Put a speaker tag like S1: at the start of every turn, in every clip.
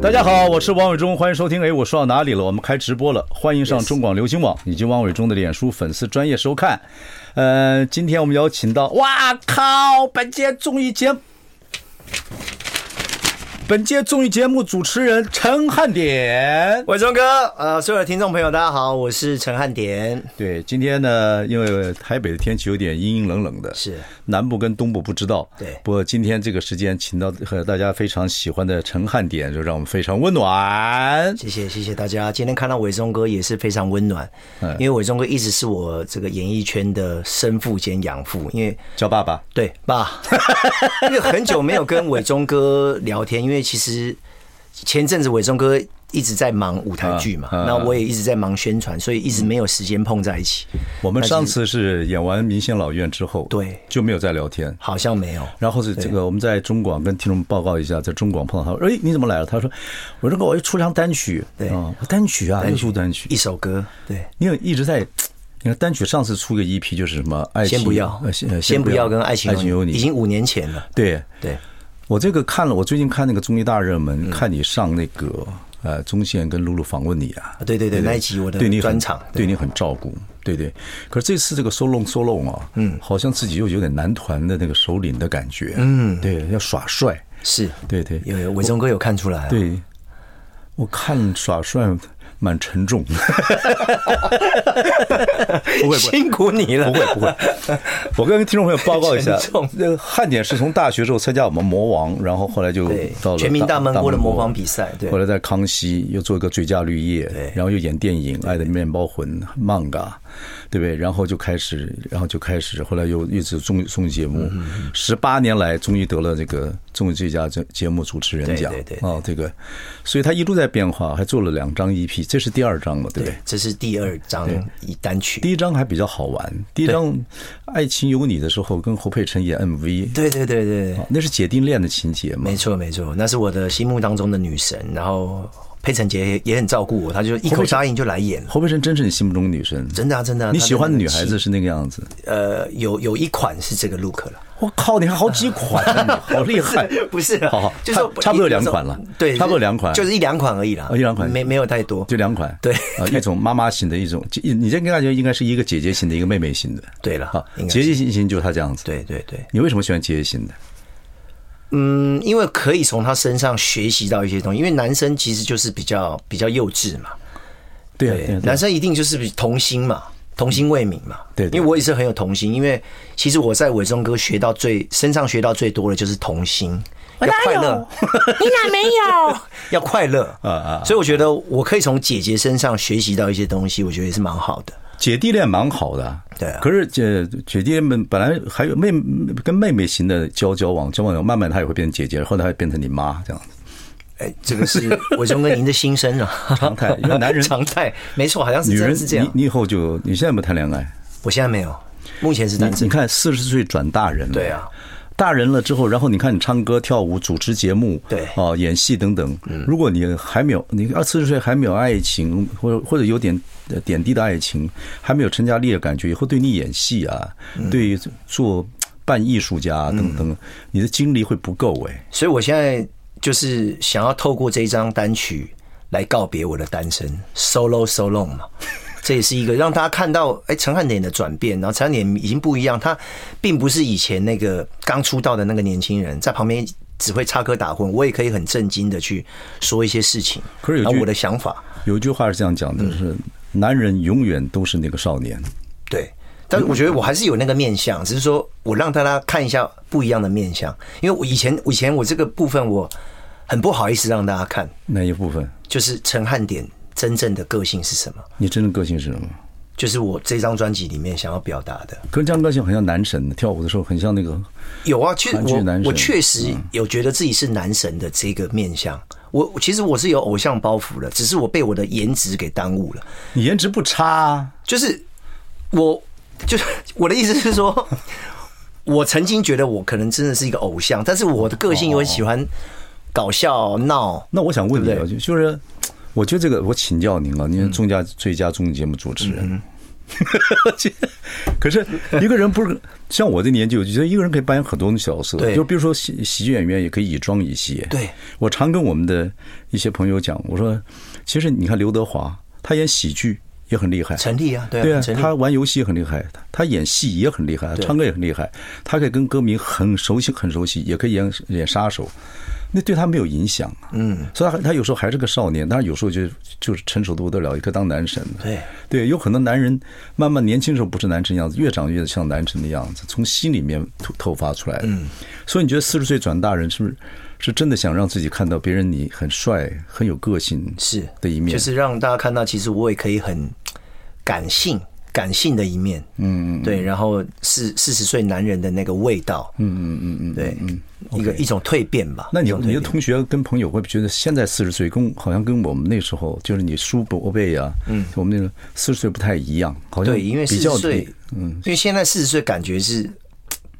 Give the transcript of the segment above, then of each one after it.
S1: 大家好，我是王伟忠，欢迎收听。哎，我说到哪里了？我们开直播了，欢迎上中广流行网以及王伟忠的脸书粉丝专业收看。呃，今天我们邀请到，哇靠，本届综艺节本届综艺节目主持人陈汉典。
S2: 伟忠哥，呃，所有的听众朋友，大家好，我是陈汉典。
S1: 对，今天呢，因为台北的天气有点阴阴冷冷的，
S2: 是
S1: 南部跟东部不知道。
S2: 对
S1: 不过今天这个时间，请到和大家非常喜欢的陈汉典，就让我们非常温暖。
S2: 谢谢谢谢大家，今天看到伟忠哥也是非常温暖，
S1: 哎
S2: 因为伟忠哥一直是我这个演艺圈的生父兼养父，因为
S1: 叫爸爸，
S2: 对爸， 因为很久没有跟伟忠哥聊天，因为其实前阵子伟忠哥一直在忙舞台剧嘛，
S1: 嗯嗯
S2: 那我也一直在忙宣传，所以一直没有时间碰在一起，
S1: 我们上次是演完《民仙老院》之后，
S2: 对
S1: 就没有再聊天。
S2: 好像没有。
S1: 然后是这个，我们在中广跟听众报告一下，在中广碰到他，哎，你怎么来了？他说，我这个我又出张单曲，
S2: 对
S1: 啊，单曲啊，又出单曲
S2: 一，首歌，对，
S1: 因为一直在，你看单曲上次出个 EP 就是什么爱情，
S2: 先不要
S1: 呃，先呃
S2: 先不要跟爱情
S1: 爱情有你，
S2: 已经五年前了，
S1: 对。
S2: 对。
S1: 我这个看了，我最近看那个综艺大热
S2: 嗯
S1: 门，看你上那个呃中线跟露露访问你啊
S2: 啊，对对对，那一集我的
S1: 对你很
S2: 专场，
S1: 对你很照顾，对对。可是这次这个 solo solo 啊，嗯，好像自己又有点男团的那个首领的感觉，嗯，对，要耍帅，
S2: 是，
S1: 对对
S2: 有有伟忠哥有看出来、啊，，
S1: 对，我看耍帅蛮沉重，不会不会
S2: 辛苦你 了，
S1: 不会不会，我跟听众朋友报告一下
S2: 沉重，
S1: 那个汉典是从大学时候参加我们魔王，然后后来就
S2: 对
S1: 到了
S2: 全民大闷锅的魔王比赛对
S1: 后来在康熙又做一个最佳绿叶，
S2: 对
S1: 然后又演电影《爱的面包魂》manga，对不对？然后就开始，然后就开始，后来又一直综综艺节
S2: 嗯
S1: 目，十八年来终于得了这个综艺最佳节节目主持人奖
S2: 对对对
S1: 啊，这个，所以他一路在变化，还做了两张 EP，这是第二张嘛，对不对？
S2: 这是第二张一单曲，
S1: 第一张还比较好玩，第一张《爱情有你》的时候跟侯佩岑演 MV，
S2: 对对对对，
S1: 啊那是姐弟恋的情节嘛
S2: 没？错没错，那是我的心目当中的女神，然后佩岑姐也也很照顾我，她就一口答应就来演了，
S1: 侯佩岑真是你心目中的女神，
S2: 真的啊真的啊，
S1: 你
S2: 她
S1: 喜欢的
S2: 真
S1: 女
S2: 很
S1: 孩子是那个样子。
S2: 细，呃，有有一款是这个 look 了。
S1: 我靠，你还好几款呢，你好厉害！
S2: 不是啊，
S1: 好好，
S2: 就是说
S1: 差差不多有两款了，
S2: 对，
S1: 差不多有两款，
S2: 就是一两款而已啦，
S1: 哦一两款
S2: 没没有太多，
S1: 就两款，
S2: 对
S1: 啊，一种妈妈型的，一种，一你这跟大家应该是一个姐姐型的，一个妹妹型的，
S2: 对了
S1: 好，
S2: 应该
S1: 姐姐型就是她这样子，。
S2: 对对对，
S1: 你为什么喜欢姐姐型的？
S2: 嗯，因为可以从他身上学习到一些东西，因为男生其实就是比较比较幼稚嘛，
S1: 对啊对
S2: 对
S1: 啊，对啊
S2: 男生一定就是比童心嘛，童心未泯嘛。
S1: 对对
S2: 因为我也是很有童心，因为其实我在伟忠哥学到最身上学到最多的就是童心，要快乐，
S3: 你哪没有？
S2: 要快乐
S1: 啊啊
S2: 所以我觉得我可以从姐姐身上学习到一些东西，我觉得也是蛮好的。
S1: 姐弟恋蛮好的啊，
S2: 对啊
S1: 可是姐姐弟们本来还有妹跟妹妹型的交交往，交往以后慢慢她也会变姐姐，后来她会变成你妈这样子。
S2: 哎，这个是 伟忠哥您的心声啊，
S1: 常态因为男人
S2: 常态，没错，好像是
S1: 女
S2: 真
S1: 人
S2: 的是这样
S1: 你。你以后就你现在有没有谈恋爱？
S2: 我现在没有，目前是
S1: 你
S2: 单
S1: 你
S2: 身。
S1: 看四十岁转大人了，
S2: 对啊，
S1: 大人了之后，然后你看你唱歌、跳舞、主持节目，
S2: 对
S1: 啊，演戏等等。如果你还没有，你二四十岁还没有爱情，或者或者有点呃点滴的爱情，还没有成家立业的感觉，以后对你演戏啊，对于做办艺术家啊等等，你的精力会不够哎。
S2: 所以我现在就是想要透过这一张单曲来告别我的单身，solo solo 嘛。这也是一个让大家看到，哎，陈汉典的转变，然后陈汉典已经不一样，他并不是以前那个刚出道的那个年轻人，在旁边只会插科打诨，我也可以很震惊的去说一些事情，
S1: 可是有句
S2: 然后我的想法，
S1: 有一句话是这样讲的，是男人永远都是那个少年。
S2: 对，但是我觉得我还是有那个面相，只是说我让大家看一下不一样的面相，因为我以前以前我这个部分我很不好意思让大家看，
S1: 那一部分，
S2: 就是陈汉典真正的个性是什么？
S1: 你真的个性是什么？
S2: 就是我这张专辑里面想要表达的。
S1: 跟张高兴很像男神，跳舞的时候很像那个
S2: 有啊，其实
S1: 玩具男神
S2: 我
S1: 嗯
S2: 我确实有觉得自己是男神的这个面相。我其实我是有偶像包袱的，只是我被我的颜值给耽误了。
S1: 你颜值不差、啊，
S2: 就是我，就是 我的意思是说，我曾经觉得我可能真的是一个偶像，但是我的个
S1: 哦
S2: 性又很喜欢搞笑闹。
S1: 那我想问你啊，
S2: 对不嗯
S1: 就就是，我觉得这个我请教您啊，您是中家最佳综艺节目主持 人， 可是一个人不是像我这年纪，我觉得一个人可以扮演很多种角色，
S2: 对
S1: 就比如说喜喜剧演员也可以以装以谐。
S2: 对，
S1: 我常跟我们的一些朋友讲，我说其实你看刘德华，他演喜剧也很厉害，
S2: 陈立啊，对
S1: 对啊
S2: 啊，陈，立
S1: 他玩游戏也很厉害，他他演戏也很厉害，唱歌也很厉害，他可以跟歌迷很熟悉很熟悉，也可以演演杀手，那对他没有影响、啊。嗯，所以他他有时候还是个少年，但是有时候就就是成熟的不得了，也可以当男神了。
S2: 对
S1: 对，有很多男人慢慢年轻时候不是男神样子，越长越像男神的样子，从心里面透透发出来的。嗯，所以你觉得四十岁转大人是不是是真的想让自己看到别人你很帅很有个性
S2: 是
S1: 的一面？
S2: 就是让大家看到，其实我也可以很感性、感性的一面，嗯嗯，对，然后四四十岁男人的那个味道，嗯嗯嗯嗯，对，一个一种蜕变吧。
S1: 那你
S2: 一种蜕
S1: 你的
S2: 变
S1: 同学跟朋友会不会觉得现在四十岁跟好像跟我们那时候就是你叔伯辈啊，嗯，我们那个四十岁不太一样，好像
S2: 对，因为四
S1: 比
S2: 十
S1: 较
S2: 岁，嗯，因为现在四十岁感觉是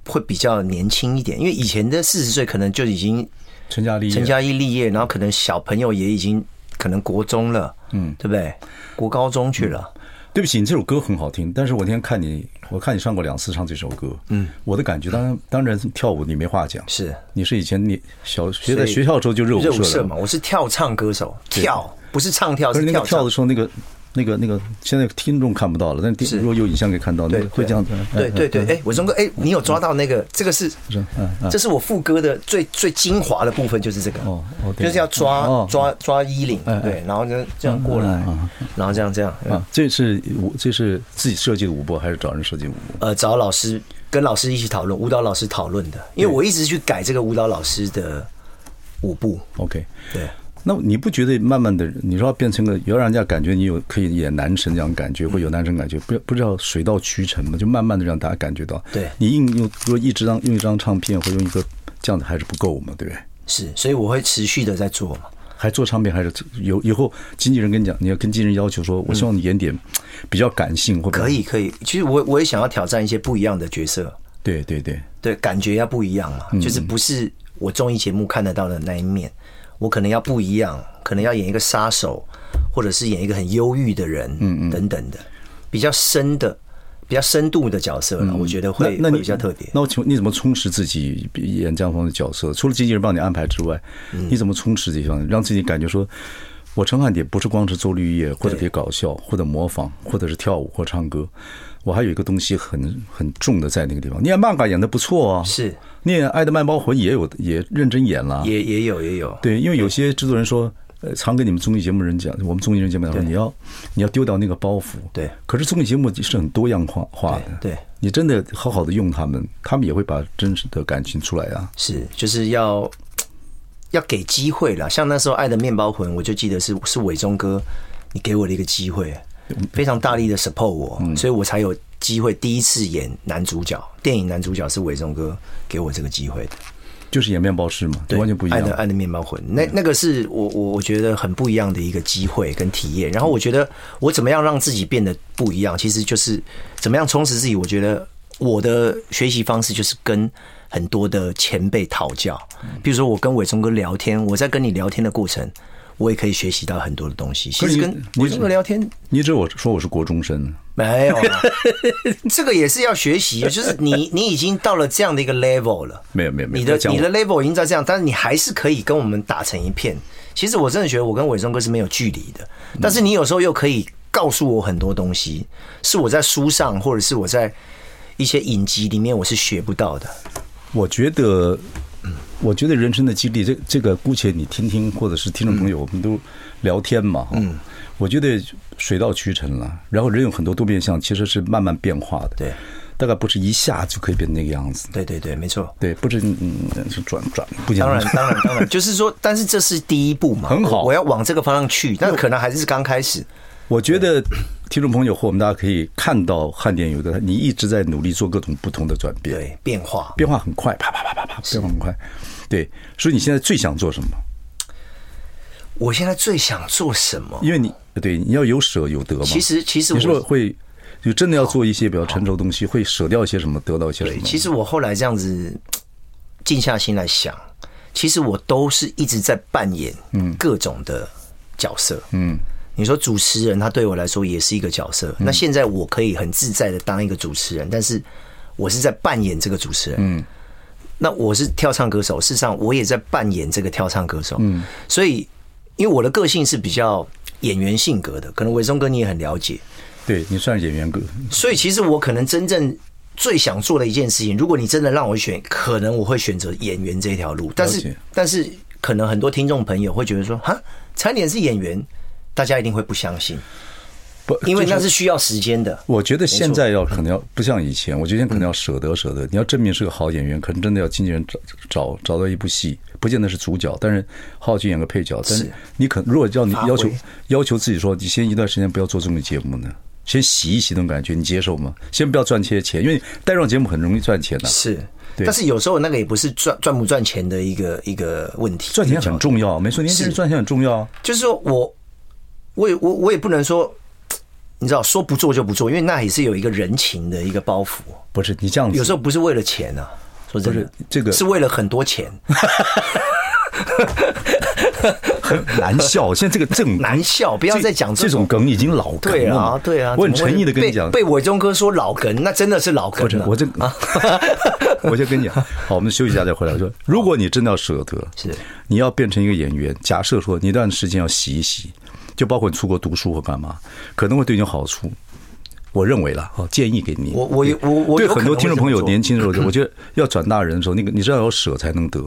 S2: 会比较年轻一点，因为以前的四十岁可能就已经
S1: 成家立业，
S2: 成家立业，然后可能小朋友也已经可能国中了，嗯，对不对？国高中去了，
S1: 对不起，你这首歌很好听，但是我那天看你，我看你上过两次唱这首歌，嗯，我的感觉当然当然跳舞你没话讲，
S2: 是
S1: 你是以前你小学在
S2: 所以
S1: 学校的时候就热
S2: 热
S1: 舞
S2: 舞社
S1: 社的
S2: 嘛，，我是跳唱歌手，跳不是唱跳
S1: 可是
S2: 是
S1: 那
S2: 跳
S1: 个跳
S2: 唱
S1: 的。时候那个那个那个现在听众看不到了，但是
S2: 是
S1: 如果有影像可以看到，那
S2: 对，
S1: 个会这样嗯子，
S2: 对对对，哎，伟忠哥，哎，你有抓到那个？这个是
S1: 是嗯，嗯
S2: 这是我副歌的最最精华的部分，就是这个
S1: 哦哦，对
S2: 就是要抓
S1: 哦
S2: 抓抓衣领，
S1: 哎哎
S2: 对，然后呢这样过来
S1: 嗯嗯，
S2: 然后这样这样，嗯
S1: 啊，这是舞，这是自己设计的舞步，还是找人设计舞步？
S2: 呃找老师跟老师一起讨论，舞蹈老师讨论的，因为我一直去改这个舞蹈老师的舞步，
S1: OK，
S2: 对。
S1: 那你不觉得慢慢的，你说要变成个，要让人家感觉你有可以演男神这样的感觉，
S2: 嗯
S1: 会有男神感觉，不要不知道水到渠成嘛，就慢慢的让大家感觉到。
S2: 对
S1: 你硬用，如果一直让用一张唱片或用一个这样的还是不够嘛，对不对？
S2: 是，所以我会持续的在做嘛。
S1: 还做唱片还是有以后经纪人跟你讲，你要跟经纪人要求说，我希望你演点比较感性或者
S2: 可。以，可以。其实我我也想要挑战一些不一样的角色，
S1: 对对对，
S2: 对，感觉要不一样嘛，就是不是我综艺节目看得到的那一面，我可能要不一样，可能要演一个杀手，或者是演一个很忧郁的人，嗯嗯，等等的，比较深的、比较深度的角色了，我觉得
S1: 那
S2: 会
S1: 那
S2: 会
S1: 你
S2: 比较特别。
S1: 那我请问你怎么充实自己演这样方面的角色？除了经纪人帮你安排之外，
S2: 嗯
S1: 你怎么充实这些方面，让自己感觉说，我陈汉典不是光是做绿叶，或者给搞笑，或者模仿，或者是跳舞或唱歌，我还有一个东西很很重的在那个地方。你演漫画演的不错啊，
S2: 是，
S1: 你演《爱的慢包魂》也有也认真演了，
S2: 也也有也有，
S1: 对，因为有些制作人说，呃，常跟你们综艺节目人讲，我们综艺人节目讲说，你要你要丢掉那个包袱。
S2: 对
S1: 可是综艺节目是很多样化化的。
S2: 对对
S1: 你真的好好的用他们，他们也会把真实的感情出来啊。
S2: 是，就是要要给机会啦。像那时候《爱的面包魂》，我就记得是是伟忠哥，你给我的一个机会，非常大力的 support 我，所以我才有机会第一次演男主角。电影男主角是伟忠哥给我这个机会的，
S1: 就是演面包师嘛，完全不一样嗯
S2: 爱。的爱的面包魂，那那个是我我我觉得很不一样的一个机会跟体验。然后我觉得我怎么样让自己变得不一样，其实就是怎么样充实自己。我觉得我的学习方式就是跟很多的前辈讨教，
S1: 嗯
S2: 比如说我跟伟忠哥聊天，我在跟你聊天的过程，我也可以学习到很多的东西。其
S1: 是
S2: 实
S1: 你
S2: 跟
S1: 你
S2: 伟忠哥聊天
S1: 你只有我说我是国中生，
S2: 没有 啦，这个也是要学习，就是你你已经到了这样的一个 level 了。
S1: 没有没有没有
S2: 你
S1: 不
S2: 的
S1: 要讲
S2: 你
S1: 我
S2: 的 level 已经在这样，但是你还是可以跟我们打成一片。其实我真的觉得我跟伟忠哥是没有距离的，
S1: 嗯
S2: 但是你有时候又可以告诉我很多东西，是我在书上或者是我在一些影集里面我是学不到的。
S1: 我觉得，我觉得人生的激励，这这个姑且你听听，或者是听众朋友，我们都聊天嘛。嗯，我觉得水到渠成了，然后人有很多多面相，其实是慢慢变化的。
S2: 对，
S1: 大概不是一下就可以变那个样子。
S2: 对对对，没错。
S1: 对，不是嗯，是转转，不讲
S2: 当然，当然，当然，就是说，但是这是第一步嘛，
S1: 很好
S2: 我我要往这个方向去，但可能还是刚开始。
S1: 我觉得听众朋友或我们大家可以看到汉典有的，你一直在努力做各种不同的转变，
S2: 对，变化。
S1: 变化很快，啪啪啪啪啪，变化很快。对，所以你现在最想做什么？
S2: 我现在最想做什么？
S1: 因为你对你要有舍有得嘛。
S2: 其实其实
S1: 你是不是
S2: 我
S1: 会就真的要做一些比较成熟的东西，会舍掉一些什么，得到一些什
S2: 对，
S1: 么？
S2: 其实我后来这样子静下心来想，其实我都是一直在扮演各种的角色。嗯，你说主持人，他对我来说也是一个角色。那现在我可以很自在的当一个主持人，但是我是在扮演这个主持人。嗯。那我是跳唱歌手，事实上我也在扮演这个跳唱歌手。嗯，所以因为我的个性是比较演员性格的，可能伟忠哥你也很了解。
S1: 对你算是演员哥，
S2: 所以其实我可能真正最想做的一件事情，如果你真的让我选，可能我会选择演员这条路。但是
S1: 解，
S2: 但是可能很多听众朋友会觉得说，哈，餐点是演员，大家一定会不相信，
S1: 不，
S2: 因为
S1: 就是
S2: 那是需要时间的。
S1: 我觉得现在要可能要不像以前，我觉得
S2: 嗯
S1: 可能要舍得舍得。你要证明是个好演员，可能真的要经纪人找找找到一部戏，不见得是主角，但是好好去演个配角。但是你可如果叫你
S2: 发挥
S1: 要求要求自己说，你先一段时间不要做综艺节目呢，先洗一洗那种感觉，你接受吗？先不要赚这些钱，因为带状节目很容易赚钱的、
S2: 是，
S1: 对
S2: 但是有时候那个也不是赚赚不赚钱的一个一个问题，
S1: 赚钱很重要，没错，年轻人
S2: 是
S1: 赚钱很重要。啊
S2: 就是说我，我也我我也不能说，你知道说不做就不做，因为那也是有一个人情的一个包袱。
S1: 不是你这样子，
S2: 有时候不是为了钱啊，说真
S1: 不
S2: 的
S1: 是，这个
S2: 是为了很 多钱，
S1: 很难 笑。现在这个正
S2: 难笑，不要再讲
S1: 这
S2: 这
S1: 种。梗已经老梗
S2: 对啊
S1: 了，，
S2: 对啊，
S1: 我很
S2: 怎么会
S1: 诚意的跟你讲，
S2: 被被伟忠哥说老梗，那真的是老梗啊
S1: 不是
S2: 了。
S1: 我这，我先跟你讲，好，我们休息一下再回来。我说，如果你真的要舍得，
S2: 是
S1: 你要变成一个演员，假设说你一段时间要洗一洗，就包括你出国读书或干嘛，可能会对你有好处。我认为啦，好建议给你。
S2: 我我我我
S1: 对
S2: 有可
S1: 很
S2: 能
S1: 多
S2: 会
S1: 听众
S2: 这么
S1: 朋友
S2: 做
S1: 年轻的时候，我觉 得要转大人的时候，那个你知道要舍才能得，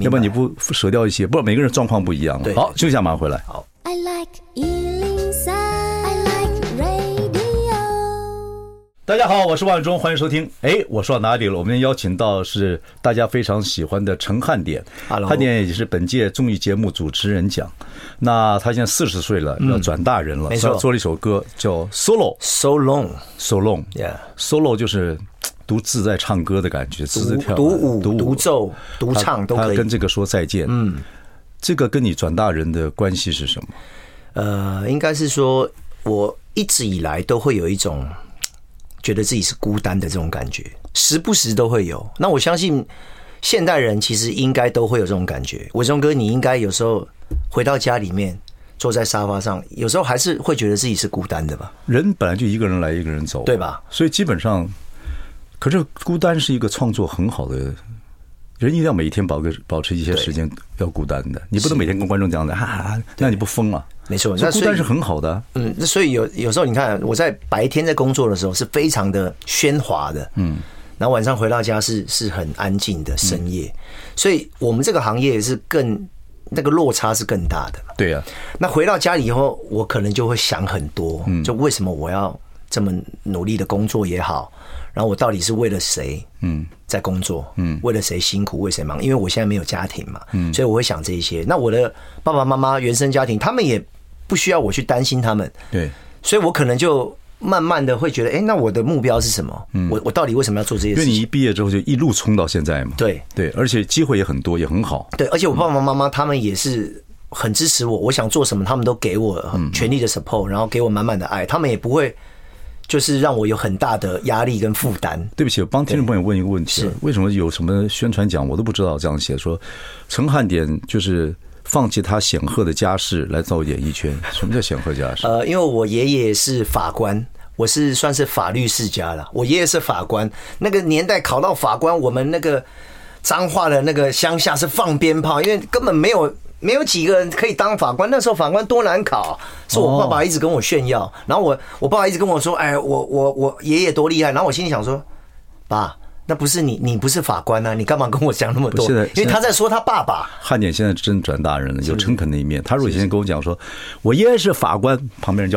S1: 要不然你不舍掉一些，不然每个人状况不一样
S2: 对。
S1: 好，休息一下，马上回来。
S4: I like Ealing Sound. I like radio.
S1: 大家好，我是万忠，欢迎收听。哎，我说到哪里了？我们今天邀请到是大家非常喜欢的陈汉典，
S2: Hello
S1: 汉典也是本届综艺节目主持人奖。那他现在四十岁了，要转大人了，
S2: 嗯没错
S1: 所以做了一首歌叫《Solo
S2: so long，
S1: Solo
S2: Yeah
S1: Solo》，就是独自在唱歌的感觉，独自跳啊
S2: 独舞、
S1: 独
S2: 独奏、独
S1: 他
S2: 唱都
S1: 他
S2: 可以
S1: 跟。这个说再见，嗯，这个跟你转大人的关系是什么？
S2: 呃，应该是说，我一直以来都会有一种觉得自己是孤单的这种感觉，时不时都会有。那我相信现代人其实应该都会有这种感觉。伟忠哥，你应该有时候回到家里面，坐在沙发上，有时候还是会觉得自己是孤单的吧？
S1: 人本来就一个人来，一个人走，
S2: 对吧？
S1: 所以基本上，可是孤单是一个创作很好的，人一定要每天保个保持一些时间要孤单的，你不能每天跟观众讲的，哈哈哈，那你不疯了？
S2: 没
S1: 所
S2: 错
S1: 以
S2: 那
S1: 孤
S2: 所以
S1: 单是很好的啊。
S2: 嗯，那所以有有时候你看，我在白天在工作的时候是非常的喧哗的，嗯，然后晚上回到家是是很安静的深夜，所以我们这个行业是更那个落差是更大的。
S1: 对呀、
S2: 那回到家里以后，我可能就会想很多，就为什么我要这么努力的工作也好，然后我到底是为了谁，嗯，在工作，嗯，为了谁辛苦，为谁忙？因为我现在没有家庭嘛，嗯，所以我会想这一些。那我的爸爸妈妈、原生家庭，他们也不需要我去担心他们，
S1: 对，
S2: 所以我可能就慢慢的会觉得，哎、那我的目标是什么？我我到底为什么要做这些
S1: 因为
S2: 事
S1: 你
S2: 情？
S1: 一毕业之后就一路冲到现在嘛。
S2: 对
S1: 对，而且机会也很多，也很好。
S2: 对，而且我爸爸妈妈他们也是很支持我，我想做什么，他们都给我很全力的 support，然后给我满满的爱，他们也不会就是让我有很大的压力跟负担。
S1: 对不起，我帮听众朋友问一个问题啊
S2: 是：
S1: 为什么有什么宣传奖我都不知道这样写？说陈汉典就是放弃他显赫的家世来到演艺圈，什么叫显赫家世？
S2: 呃，因为我爷爷是法官。我是算是法律世家了，我爷爷是法官。那个年代考到法官，我们那个彰化的那个乡下是放鞭炮，因为根本没有没有几个人可以当法官。那时候法官多难考，啊是我
S1: 哦
S2: 爸爸一直跟我炫耀，然后我我爸爸一直跟我说：“哎，我我我爷爷多厉害。”然后我心里想说：“爸，那不是你，你不是法官啊，你干嘛跟我讲那么多
S1: 不现在？”
S2: 因为
S1: 现在
S2: 他在说他爸爸。
S1: 汉典现在真转大人了，有诚恳的一面。他如果以前跟我讲说，我爷爷是法官，旁边人 就，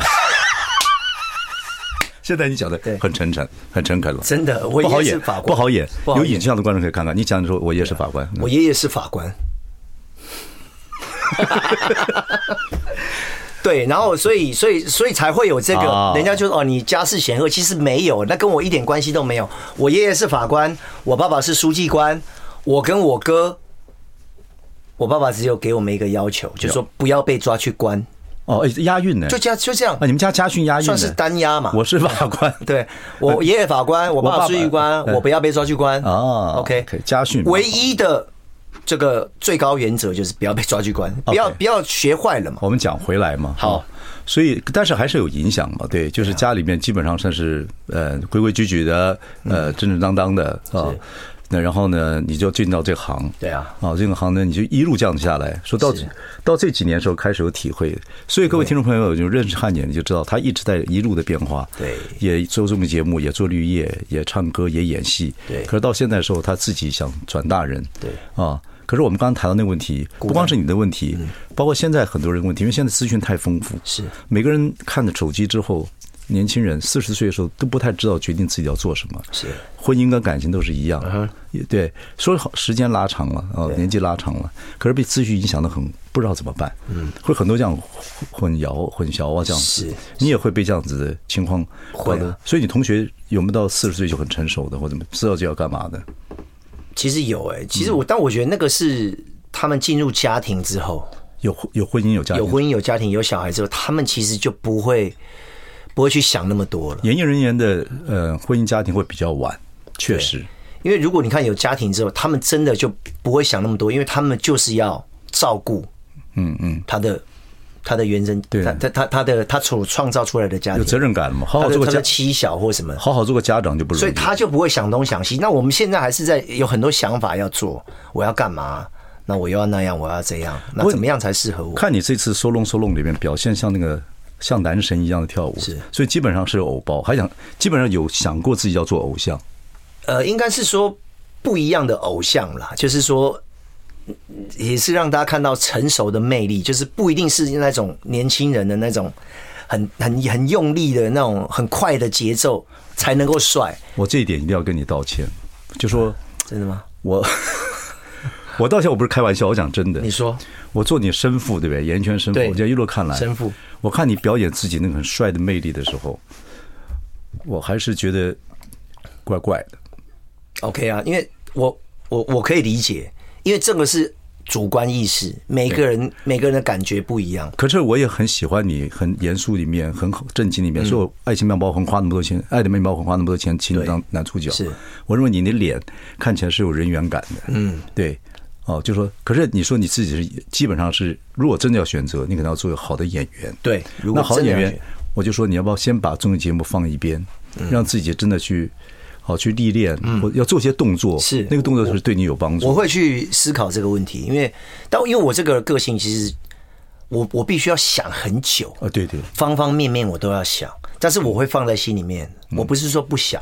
S1: 现在你讲的
S2: 对
S1: 很诚恳，很诚恳了，
S2: 真的我
S1: 不好
S2: 爷爷是
S1: 演
S2: 法，官
S1: 不好演。
S2: 不好
S1: 有
S2: 演
S1: 影像的观众可以看看，你讲的说我爷爷是法官，嗯
S2: 我爷爷是法官。 对，然后所以所以所以才会有这个
S1: 啊，
S2: 人家就说哦，你家世显赫，其实没有，那跟我一点关系都没有。我爷爷是法官，我爸爸是书记官，我跟我哥，我爸爸只有给我们一个要求，就说不要被抓去关，
S1: 哦，哎押韵呢，
S2: 就这样就这样
S1: 啊，，你们家家训押韵呢
S2: 算是单押嘛。
S1: 我是法官，
S2: 对我爷爷法官，我爸
S1: 呃我
S2: 爸
S1: 爸爸
S2: 书记官，
S1: 对
S2: 我不要被抓去关
S1: 哦
S2: OK，
S1: OK，家训
S2: 唯一的这个最高原则就是不要被抓去关，不要
S1: OK
S2: 不要学坏了嘛。
S1: 我们讲回来嘛，
S2: 好
S1: 哦，
S2: 啊
S1: 所以但是还是有影响嘛，对，就是家里面基本上算是呃规规矩矩的，
S2: 嗯
S1: 呃正正当当的啊。那然后呢，你就进到这行，
S2: 对啊
S1: 啊，这个行呢，你就一路这样下来，说到到这几年的时候开始有体会，所以各位听众朋友就认识汉典，你就知道他一直在一路的变化，
S2: 对
S1: 也做综艺节目，也做绿叶，也唱歌，也演戏，
S2: 对
S1: 可是到现在的时候，他自己想转大人，
S2: 对
S1: 啊。可是我们刚刚谈到那个问题，不光是你的问题，包括现在很多人的问题，因为现在资讯太丰富，
S2: 嗯是
S1: 每个人看着手机之后，年轻人四十岁的时候都不太知道决定自己要做什么，
S2: 是嗯
S1: 婚姻跟感情都是一样，也对，说好时间拉长了啊，年纪拉长了，可是被资讯影响的很，不知道怎么办，嗯，会很多这样混淆、混淆啊，这样子
S2: 是，
S1: 你也会被这样子的情况
S2: 会啊
S1: 搞得所以你同学有没有到四十岁就很成熟的，或者知道就要干嘛的？
S2: 其实有哎、
S1: 嗯
S2: 其实我，但我觉得那个是他们进入家庭之后，
S1: 有有婚姻有家庭
S2: 有婚姻、有家庭、有小孩之后，他们其实就不会不会去想那么多了。
S1: 演艺人员的呃婚姻家庭会比较晚，确实
S2: 因为如果你看有家庭之后，他们真的就不会想那么多，因为他们就是要照顾，嗯嗯，他的他的原生，
S1: 对
S2: 他他他他的他所创造出来的家
S1: 有
S2: 庭，
S1: 责任哦感嘛，好
S2: 他
S1: 好
S2: 的
S1: 做
S2: 他
S1: 个家，
S2: 的妻小或什么，
S1: 好好做个家长就不容易。
S2: 所以他就不会想东想西。那我们现在还是在有很多想法要做，我要干嘛？那我又要那样，我要这样，那
S1: 过
S2: 怎么样才适合我？
S1: 看你这次《收拢收拢》里面表现像那个像男神一样的跳舞，
S2: 是
S1: 所以基本上是有偶包，还想基本上有想过自己要做偶像，
S2: 呃，应该是说不一样的偶像啦，就是说。也是让大家看到成熟的魅力，就是不一定是那种年轻人的那种很很很用力的那种很快的节奏才能够帅，
S1: 我这一点一定要跟你道歉，就
S2: 啊
S1: 说
S2: 真的吗？
S1: 我 我道歉，我不是开玩笑，我讲真的
S2: 你。说
S1: 我做你生父对不对？演艺圈生父，
S2: 对
S1: 我就一路看来，
S2: 生父，
S1: 我看你表演自己那个很帅的魅力的时候，我还是觉得怪怪的。
S2: OK 啊？因为我我我可以理解，因为这个是主观意识，每个人每个人的感觉不一样。
S1: 可是我也很喜欢你，很严肃里面，很正经里
S2: 嗯
S1: 面，所以我《爱情面包红》花那么多钱，《爱的面包红》花那么多钱，请你当男主角。
S2: 是，
S1: 我认为你的脸看起来是有人缘感的。嗯，对。哦，就说，可是你说你自己是基本上是，如果真的要选择，你可能要做好的演员。
S2: 对如果
S1: 那好
S2: 真的
S1: 演
S2: 要
S1: 员
S2: 选，
S1: 我就说你要不要先把综艺节目放一边，让自
S2: 嗯
S1: 己真的去好去历练，或要做些动作，
S2: 是
S1: 那个动作是对你有帮助。
S2: 我会去思考这个问题，因为但因为我这个个性，其实我我必须要想很久，
S1: 啊，对对，
S2: 方方面面我都要想，但是我会放在心里面，我不是说不想，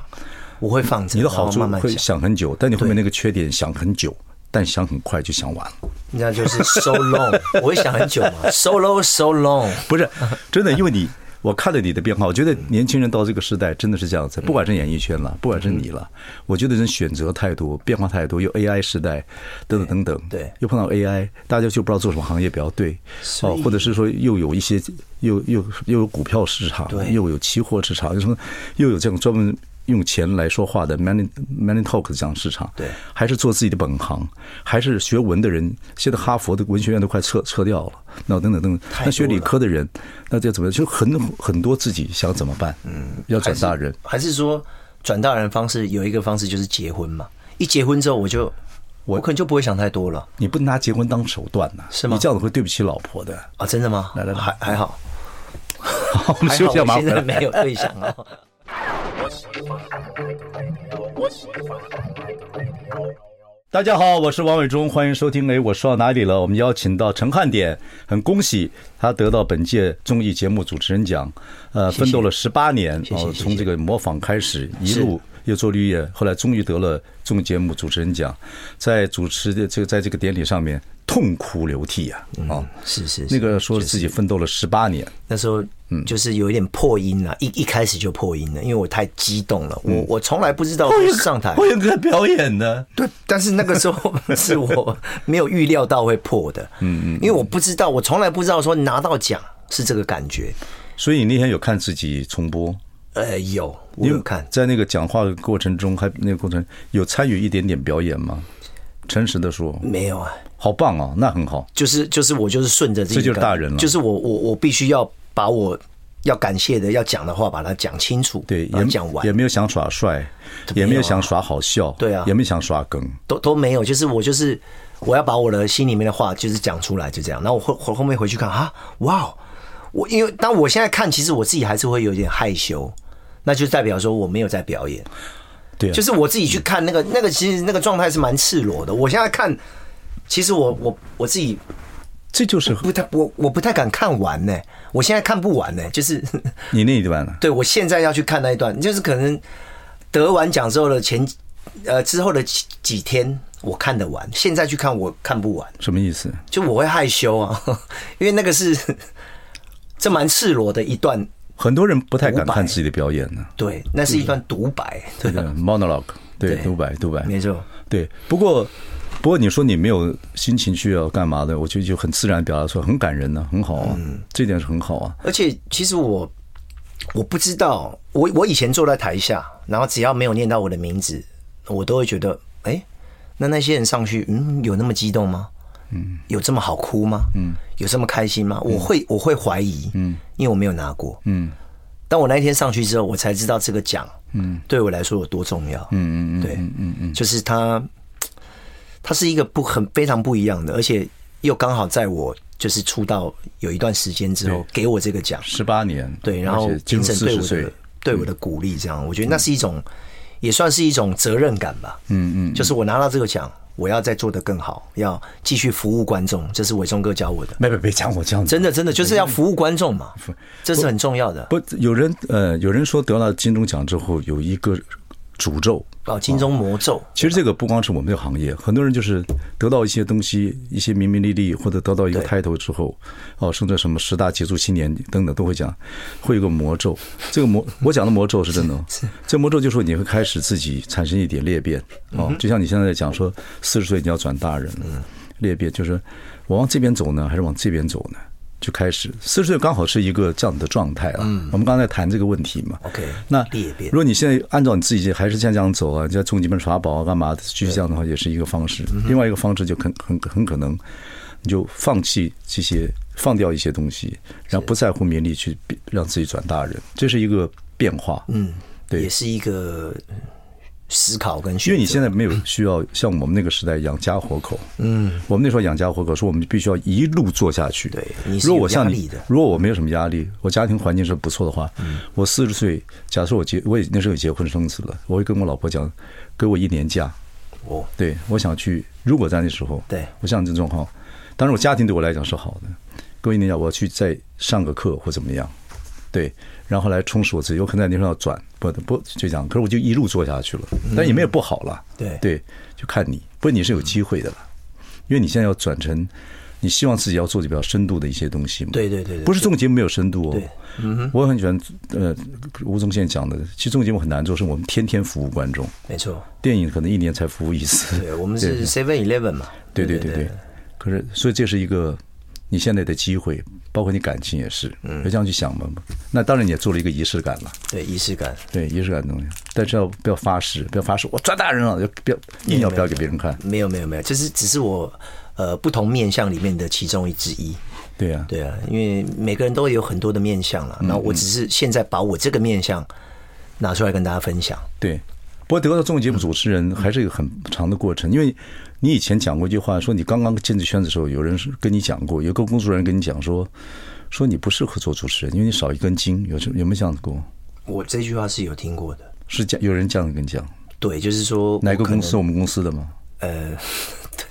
S2: 我会放着，
S1: 嗯你的
S2: 然后
S1: 好处
S2: 慢慢
S1: 会
S2: 想，
S1: 想很久，但你后面那个缺点想很久，但想很快就想完了。
S2: 那就是 so long，我会想很久嘛，so long so long，
S1: 不是真的，因为你我看了你的变化，我觉得年轻人到这个时代真的是这样子，不管是演艺圈
S2: 嗯
S1: 了，不管是你了，我觉得人选择太多，变化太多，又 AI 时代等等等等，
S2: 对
S1: 又碰到 AI，大家就不知道做什么行业比较对，哦，或者是说又有一些又又又有股票市场，
S2: 对
S1: 又有期货市场，又什么又有这种专门。用钱来说话的 money money talk 的这样市场，
S2: 对
S1: 还是做自己的本行，还是学文的人，现在哈佛的文学院都快撤撤掉了，那等等等等，
S2: 太
S1: 那学
S2: 多
S1: 理
S2: 了
S1: 科的人，那这怎么就很很多自己想怎么办？嗯，要转大人，
S2: 还是说转大人的方式有一个方式就是结婚嘛？一结婚之后我就我可能就不会想太多了
S1: 你不拿结婚当手段呐、
S2: 是吗
S1: 你这样子会对不起老婆的。
S2: 啊，真的吗？
S1: 来来来
S2: 还还好，
S1: 好，我们
S2: 还
S1: 休息
S2: 好
S1: 一下，
S2: 我
S1: 马
S2: 现
S1: 上回来。
S2: 在没有对象啊。
S1: 大家好，我是王伟忠，欢迎收听。哎，我说到哪里了？我们邀请到陈汉典，很恭喜他得到本届综艺节目主持人奖。呃，奋斗了十八年，哦
S2: 谢谢谢谢
S1: 从这个模仿开始，一路又做绿叶，后来终于得了综艺节目主持人奖，在主持的这个在这个典礼上面痛哭流涕呀、
S2: 嗯
S1: 啊！哦，
S2: 是是是
S1: 那个说自己奋斗了十八年，
S2: 那时候
S1: 嗯
S2: 就是有一点破音了，一一开始就破音了，因为我太激动了，
S1: 嗯
S2: 我我从来不知道我哦上台，
S1: 有个表演呢。
S2: 对，但是那个时候是
S1: 嗯
S2: 我没有预料到会破的，嗯嗯，因为我不知道，我从来不知道说拿到奖是这个感觉。
S1: 所以你那天有看自己重播？
S2: 呃，有我
S1: 你
S2: 有看，
S1: 在那个讲话的过程中，还那个过程有参与一点点表演吗？诚实的说，
S2: 没有啊？
S1: 好棒哦，那很好。
S2: 就是就是我就是顺着这个，
S1: 这就是大人了
S2: 就是我我我必须要把我要感谢的要讲的话把它讲清楚，
S1: 对，
S2: 把
S1: 也
S2: 它啊讲完
S1: 也，没有想耍帅，
S2: 没
S1: 也
S2: 有啊
S1: 没有想耍好笑，
S2: 对啊
S1: 也没有想耍梗。
S2: 都都没有，就是我就是我要把我的心里面的话就是讲出来，就这样。然后我后后后面回去看啊，哇哦，我因为当我现在看，其实我自己还是会有点害羞，那就代表说我没有在表演。
S1: 对啊
S2: 就是我自己去看那个那个，其实那个状态是蛮赤裸的。我现在看，其实我我我自己
S1: 这就是
S2: 不太我我不太敢看完呢、我现在看不完呢、就是
S1: 你那一段了。
S2: 对我现在要去看那一段，就是可能得完奖之后的前呃之后的几几天我看得完，现在去看我看不完，
S1: 什么意思？
S2: 就我会害羞啊， 因为那个是 这蛮赤裸的一段，
S1: 很多人不太敢
S2: 独白
S1: 看自己的表演呢。
S2: 对，那是一段独白，对
S1: 对 的，monologue，对，
S2: 对
S1: 独白，独白，
S2: 没错，
S1: 对，不过不过你说你没有心情去要干嘛的，我就就很自然表达说很感人呢、很好啊，
S2: 嗯
S1: 这点是很好啊。
S2: 而且其实我我不知道，我我以前坐在台下，然后只要没有念到我的名字，我都会觉得，哎、那那些人上去，嗯，有那么激动吗？嗯，有这么好哭吗？嗯，有这么开心吗？我会我会怀疑，嗯，因为我没有拿过，嗯。当我那一天上去之后，我才知道这个奖，嗯，对我来说有多重要，嗯嗯嗯，对，嗯嗯，就是它它是一个不很非常不一样的，而且又刚好在我就是出道有一段时间之后，给我这个奖，
S1: 十八年，
S2: 对，然后
S1: 而且进
S2: 评
S1: 入
S2: 审
S1: 四
S2: 对
S1: 十
S2: 我
S1: 岁嗯
S2: 的，对我的鼓励，这样我觉得那是一种，也算是一种责任感吧。嗯嗯，就是我拿到这个奖，我要再做得更好，要继续服务观众，这是伟忠哥教我的。
S1: 没没别讲我这样子，
S2: 真的真的就是要服务观众嘛，这是很重要的。
S1: 不，有人呃，有人说得到金钟奖之后有一个诅咒。
S2: 哦，金钟魔咒，
S1: 其实这个不光是我们这个行业，很多人就是得到一些东西，一些名名利利，或者得到一个
S2: 对
S1: title 之后，哦，甚至什么十大杰出青年等等，都会讲，会有个魔咒。这个魔，我讲的魔咒是真的哦。这魔咒就是你会开始自己产生一点裂变，哦，就像你现在讲说，四十岁你要转大人了，裂变就是我往这边走呢，还是往这边走呢？就开始四十岁刚好是一个这样的状态啊。我们刚才谈这个问题嘛。
S2: OK，
S1: 那
S2: 裂变
S1: 如果你现在按照你自己还是像这样走啊，在中级门耍宝啊，干嘛的继续这样的话，也是一个方式。
S2: 嗯
S1: 另外一个方式就很很很可能，你就放弃这些，放掉一些东西，然后不在乎名利，去变让自己转大人，这是一个变化。嗯，对
S2: 也，是一个思考跟
S1: 因
S2: 选
S1: 为你
S2: 择
S1: 现在没有需要像我们那个时代养家活口，嗯，我们那时候养家活口，说我们必须要一路做下去。
S2: 对你是
S1: 如果
S2: 有
S1: 我像
S2: 压
S1: 你
S2: 力的，嗯
S1: 如果我没有什么压力，我家庭环境是不错的话，我四十岁，假设我结，我也那时候也结婚生子了，我会跟我老婆讲，给我一年假，
S2: 哦，
S1: 对我想去，如果在那时候，
S2: 对
S1: 我像这种哈，当然我家庭对我来讲是好的，各位你讲我要去再上个课或怎么样，对，然后来充实我自己，有可能在那时候要转，不不就这样，可是我就一路做下去了，但也没有不好了，
S2: 嗯对
S1: 对，就看你，不过你是有机会的了，因为你现在要转成，你希望自己要做的比较深度的一些东西嘛，
S2: 对对对对
S1: 不是综艺节目没有深度哦
S2: 对，嗯
S1: 我很喜欢呃吴宗宪讲的，其实综艺节目很难做，是我们天天服务观众。
S2: 没错，
S1: 电影可能一年才服务一次，
S2: 对我们是 Seven Eleven 嘛，
S1: 对对对对。可是，所以这是一个你现在的机会，包括你感情也是，
S2: 嗯
S1: 要这样去想嘛。那当然你也做了一个仪式感了，
S2: 对仪式感，
S1: 对仪式感的东西，但是要不要发誓？不要发誓，我抓大人了，就不要硬要表给别人看。
S2: 嗯没有没有没有，就是只是我呃不同面相里面的其中一之一。
S1: 对呀、
S2: 对啊，因为每个人都有很多的面相
S1: 嗯
S2: 了，那我只是现在把我这个面相拿出来跟大家分享。
S1: 对。不过得到综艺节目主持
S2: 嗯
S1: 人还是一个很长的过程，因为你以前讲过一句话，说你刚刚进这圈子的时候，有人是跟你讲过，有个工作人员跟你讲说，说你不适合做主持人，因为你少一根筋，有有没有这样子过？
S2: 我这句话是有听过的，
S1: 是讲有人这样跟你讲？
S2: 对，就是说
S1: 哪个
S2: 我可
S1: 公
S2: 能
S1: 司？我们公司的吗？
S2: 呃，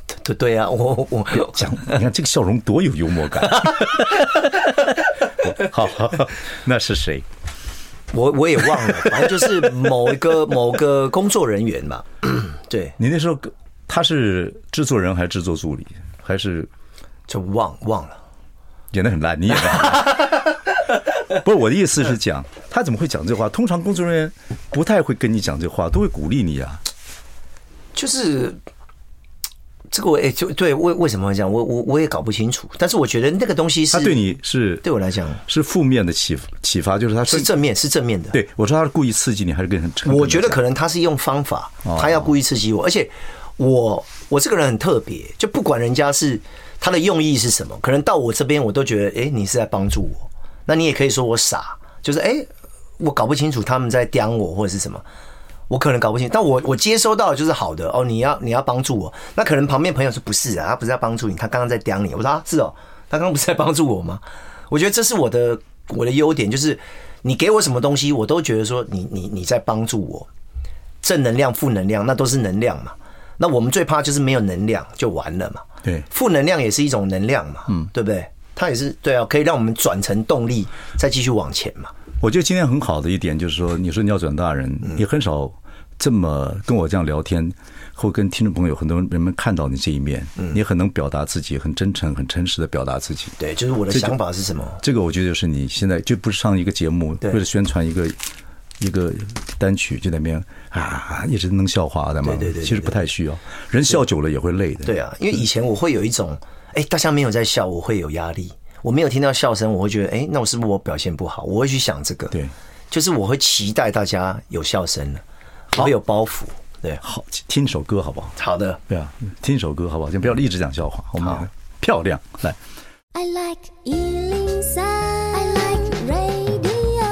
S2: 对对对啊，我我
S1: 讲，你看这个笑容多有幽默 感。好，好好那是谁？
S2: 我我也忘了， 反正就是某一个某个工作人员嘛， 对，
S1: 你那时候他是制作人还是制作助理？还是
S2: 就忘忘了。
S1: 演的很烂？你演的很 烂。不是我的意思是讲，他怎么会讲这话？通常工作人员不太会跟你讲这话，都会鼓励你啊。
S2: 就是这个我也就对为为什么会这样，我我我也搞不清楚。但是我觉得那个东西是
S1: 他对你是
S2: 对我来讲
S1: 是负面的启启发，就是他
S2: 是正面是正面的。
S1: 对我说他是故意刺激你，还是跟很诚恳地
S2: 我觉得
S1: 讲
S2: 可能他是用方法，他要故意刺激我，而且我我这个人很特别，就不管人家是他的用意是什么，可能到我这边我都觉得，哎，你是在帮助我，那你也可以说我傻，就是哎，诶我搞不清楚他们在刁我或者是什么。我可能搞不清，但我我接收到的就是好的哦，你要你要帮助我，那可能旁边朋友说不是啊，他不是在帮助你，他刚刚在刁你。我说啊，是哦，他刚刚不是在帮助我吗？我觉得这是我的我的优点，就是你给我什么东西，我都觉得说你你你在帮助我，正能量、负能量，那都是能量嘛。那我们最怕就是没有能量就完了嘛。
S1: 对
S2: 负能量也是一种能量嘛，嗯，对不对？它也是对啊，可以让我们转成动力，再继续往前嘛。
S1: 我觉得今天很好的一点就是说，你说你要转大人，
S2: 嗯
S1: 你很少这么跟我这样聊天，或跟听众朋友很多人们看到你这一面，
S2: 嗯
S1: 你很能表达自己，很真诚、很诚实的表达自己。
S2: 对，就是我的
S1: 这就
S2: 想法是什么？
S1: 这个我觉得就是你现在就不是上一个节目，
S2: 对
S1: 为了宣传一个一个单曲，就在那边啊一直弄笑话的嘛。
S2: 对对对对
S1: 其实不太需要，人笑久了也会累的。
S2: 对啊，因为以前我会有一种，哎、大家没有在笑，我会有压力。我没有听到笑声，我会觉得，哎、那我是不是我表现不好？我会去想这个。
S1: 对，
S2: 就是我会期待大家有笑声了，我会有包袱。对，
S1: 好，听一首歌好不好？
S2: 好的。
S1: 对啊，听一首歌好不好？先不要一直讲笑话，我
S2: 好
S1: 们漂亮来。
S4: I like Ealing Sound. I like radio.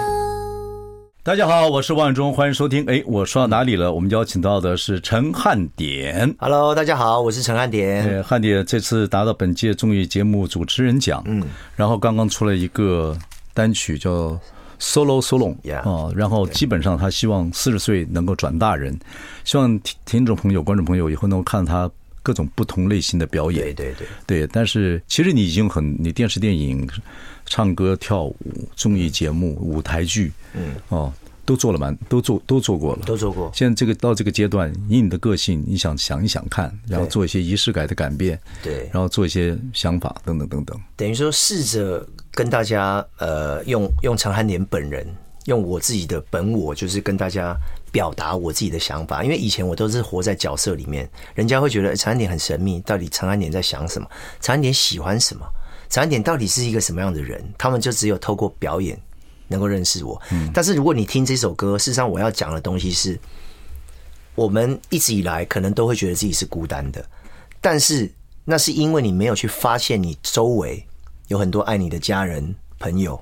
S1: 大家好，我是万忠，欢迎收听。哎，我说到哪里了？我们邀请到的是陈汉典。
S2: Hello，大家好，我是陈汉典。
S1: 呃，汉典这次拿到本届综艺节目主持人奖，嗯，然后刚刚出了一个单曲叫《Solo Solo》
S2: Yeah
S1: 啊，然后基本上他希望四十岁能够转大人，希望听听众朋友、观众朋友以后能够看他各种不同类型的表演，
S2: 对对对，
S1: 对，但是其实你已经很，你电视、电影、唱歌、跳舞、综艺节目、舞台剧，嗯，哦，都做了蛮，都做都做过了，
S2: 都做过
S1: 现在这个到这个阶段，以你的个性，你想想一想看，然后做一些仪式感的改变，
S2: 对
S1: 然后做一些想法等等等等。
S2: 等于说试着跟大家呃，用用陈汉典本人，用我自己的本我，就是跟大家表达我自己的想法。因为以前我都是活在角色里面，人家会觉得呃陈汉典很神秘，到底陈汉典在想什么？陈汉典喜欢什么？陈汉典到底是一个什么样的人？他们就只有透过表演能够认识我。但是如果你听这首歌，事实上我要讲的东西是，我们一直以来可能都会觉得自己是孤单的，但是那是因为你没有去发现你周围有很多爱你的家人、朋友、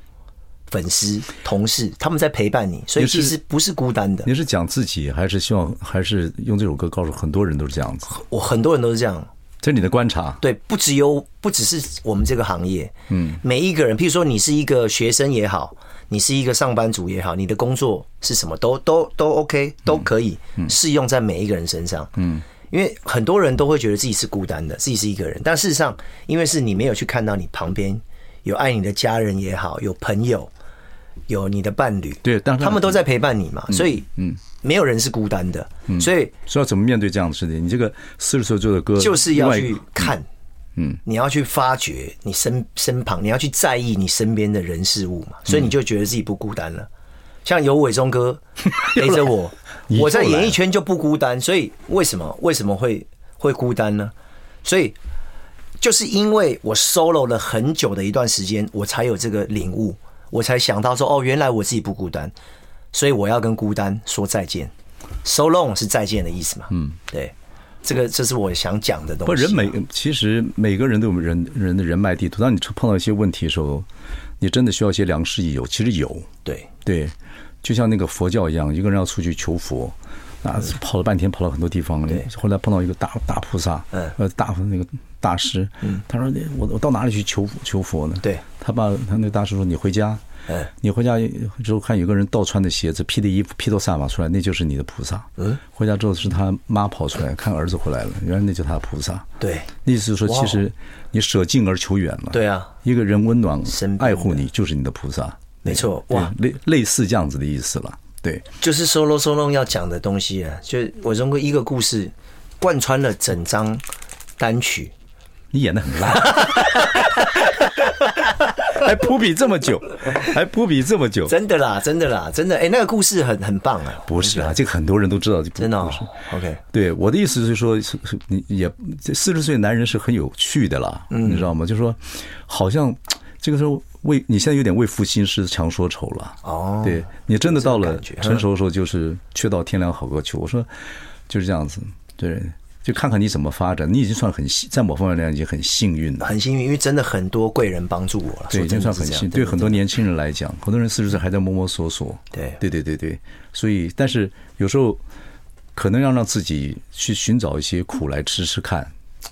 S2: 粉丝、同事，他们在陪伴你，所以
S1: 也是
S2: 其实不是孤单的
S1: 你。是讲自己，还是希望，还是用这首歌告诉很多人都是这样子？
S2: 我很多人都是这样，
S1: 这是你的观察，
S2: 对，不只有不只是我们这个行业，嗯，每一个人，譬如说你是一个学生也好，你是一个上班族也好，你的工作是什么，都都都 OK，都可以适用在每一个人身上，嗯，因为很多人都会觉得自己是孤单的，自己是一个人，但事实上，因为是你没有去看到你旁边有爱你的家人也好，有朋友，有你的伴侣，
S1: 对但是
S2: 他们都在陪伴你嘛，所以，嗯，没有人是孤单的，所以。
S1: 知道怎么面对这样的事情。你这个四十岁做的歌，
S2: 就是要
S1: 另
S2: 去
S1: 外一
S2: 看，嗯，你要去发掘你身身旁，你要去在意你身边的人事物
S1: 嗯
S2: 嘛，所以你就觉得自己不孤单了。像有伟 忠哥陪着我，
S1: 你又
S2: 我在
S1: 来
S2: 演艺圈就不孤单，所以为什么为什么会会孤单呢？所以就是因为我 solo 了很久的一段时间，我才有这个领悟，我才想到说，哦，原来我自己不孤单，所以我要跟孤单说再见。So long 是再见的意思嘛？嗯，对，这个这是我想讲的东西。啊
S1: 不，人每其实每个人都有人人的人脉地图。当你碰到一些问题的时候，你真的需要一些良师益友。其实有，
S2: 对
S1: 对，就像那个佛教一样，一个人要出去求佛，啊，
S2: 嗯
S1: 跑了半天，跑了很多地方。后来碰到一个大大菩萨，
S2: 嗯
S1: 呃，大那个大师，他说你我我到哪里去求求佛呢？
S2: 对，
S1: 他把他那个大师说你回家
S2: 嗯，
S1: 你回家之后看有个人倒穿的鞋子、披的衣服、披头散发出来，那就是你的菩萨。嗯，回家之后是他妈跑出来看儿子回来了，原来那就是他的菩萨。
S2: 对
S1: 意思是说，
S2: 哇哦
S1: 其实你舍近而求远了。
S2: 对啊，
S1: 一个人温暖
S2: 身边
S1: 爱护你，就是你的菩萨。
S2: 没错
S1: 对
S2: 哇，
S1: 类类似这样子的意思了。对，
S2: 就是 solo solo 要讲的东西啊，就是我通过一个故事贯穿了整张单曲。
S1: 你演的很烂。 还扑比这么久，还扑比这么久，
S2: 真的啦，真的啦，真的，哎、那个故事很很棒啊，
S1: 不是啊，这个很多人都知道，
S2: 真的、
S1: 不
S2: 哦
S1: 是。
S2: OK，
S1: 对，我的意思是说，是是你也四十岁男人是很有趣的啦，
S2: 嗯
S1: 你知道吗？就说好像这个时候为你现在有点为赋新诗强说愁了。
S2: 哦
S1: 对你真的到
S2: 这
S1: 了
S2: 种感觉
S1: 成熟的时候，就是却道天凉好个秋。我说就是这样子，对，就看看你怎么发展。你已经算很幸，在某方面来讲已经很幸运了。
S2: 很幸运，因为真的很多贵人帮助我了，
S1: 对，
S2: 说
S1: 已经
S2: 真
S1: 算
S2: 的
S1: 很
S2: 是这
S1: 幸。
S2: 样，
S1: 对很多年轻人来讲，很多人四十岁还在摸摸索索。
S2: 对
S1: 对对对对，所以但是有时候可能要让自己去寻找一些苦来吃吃看。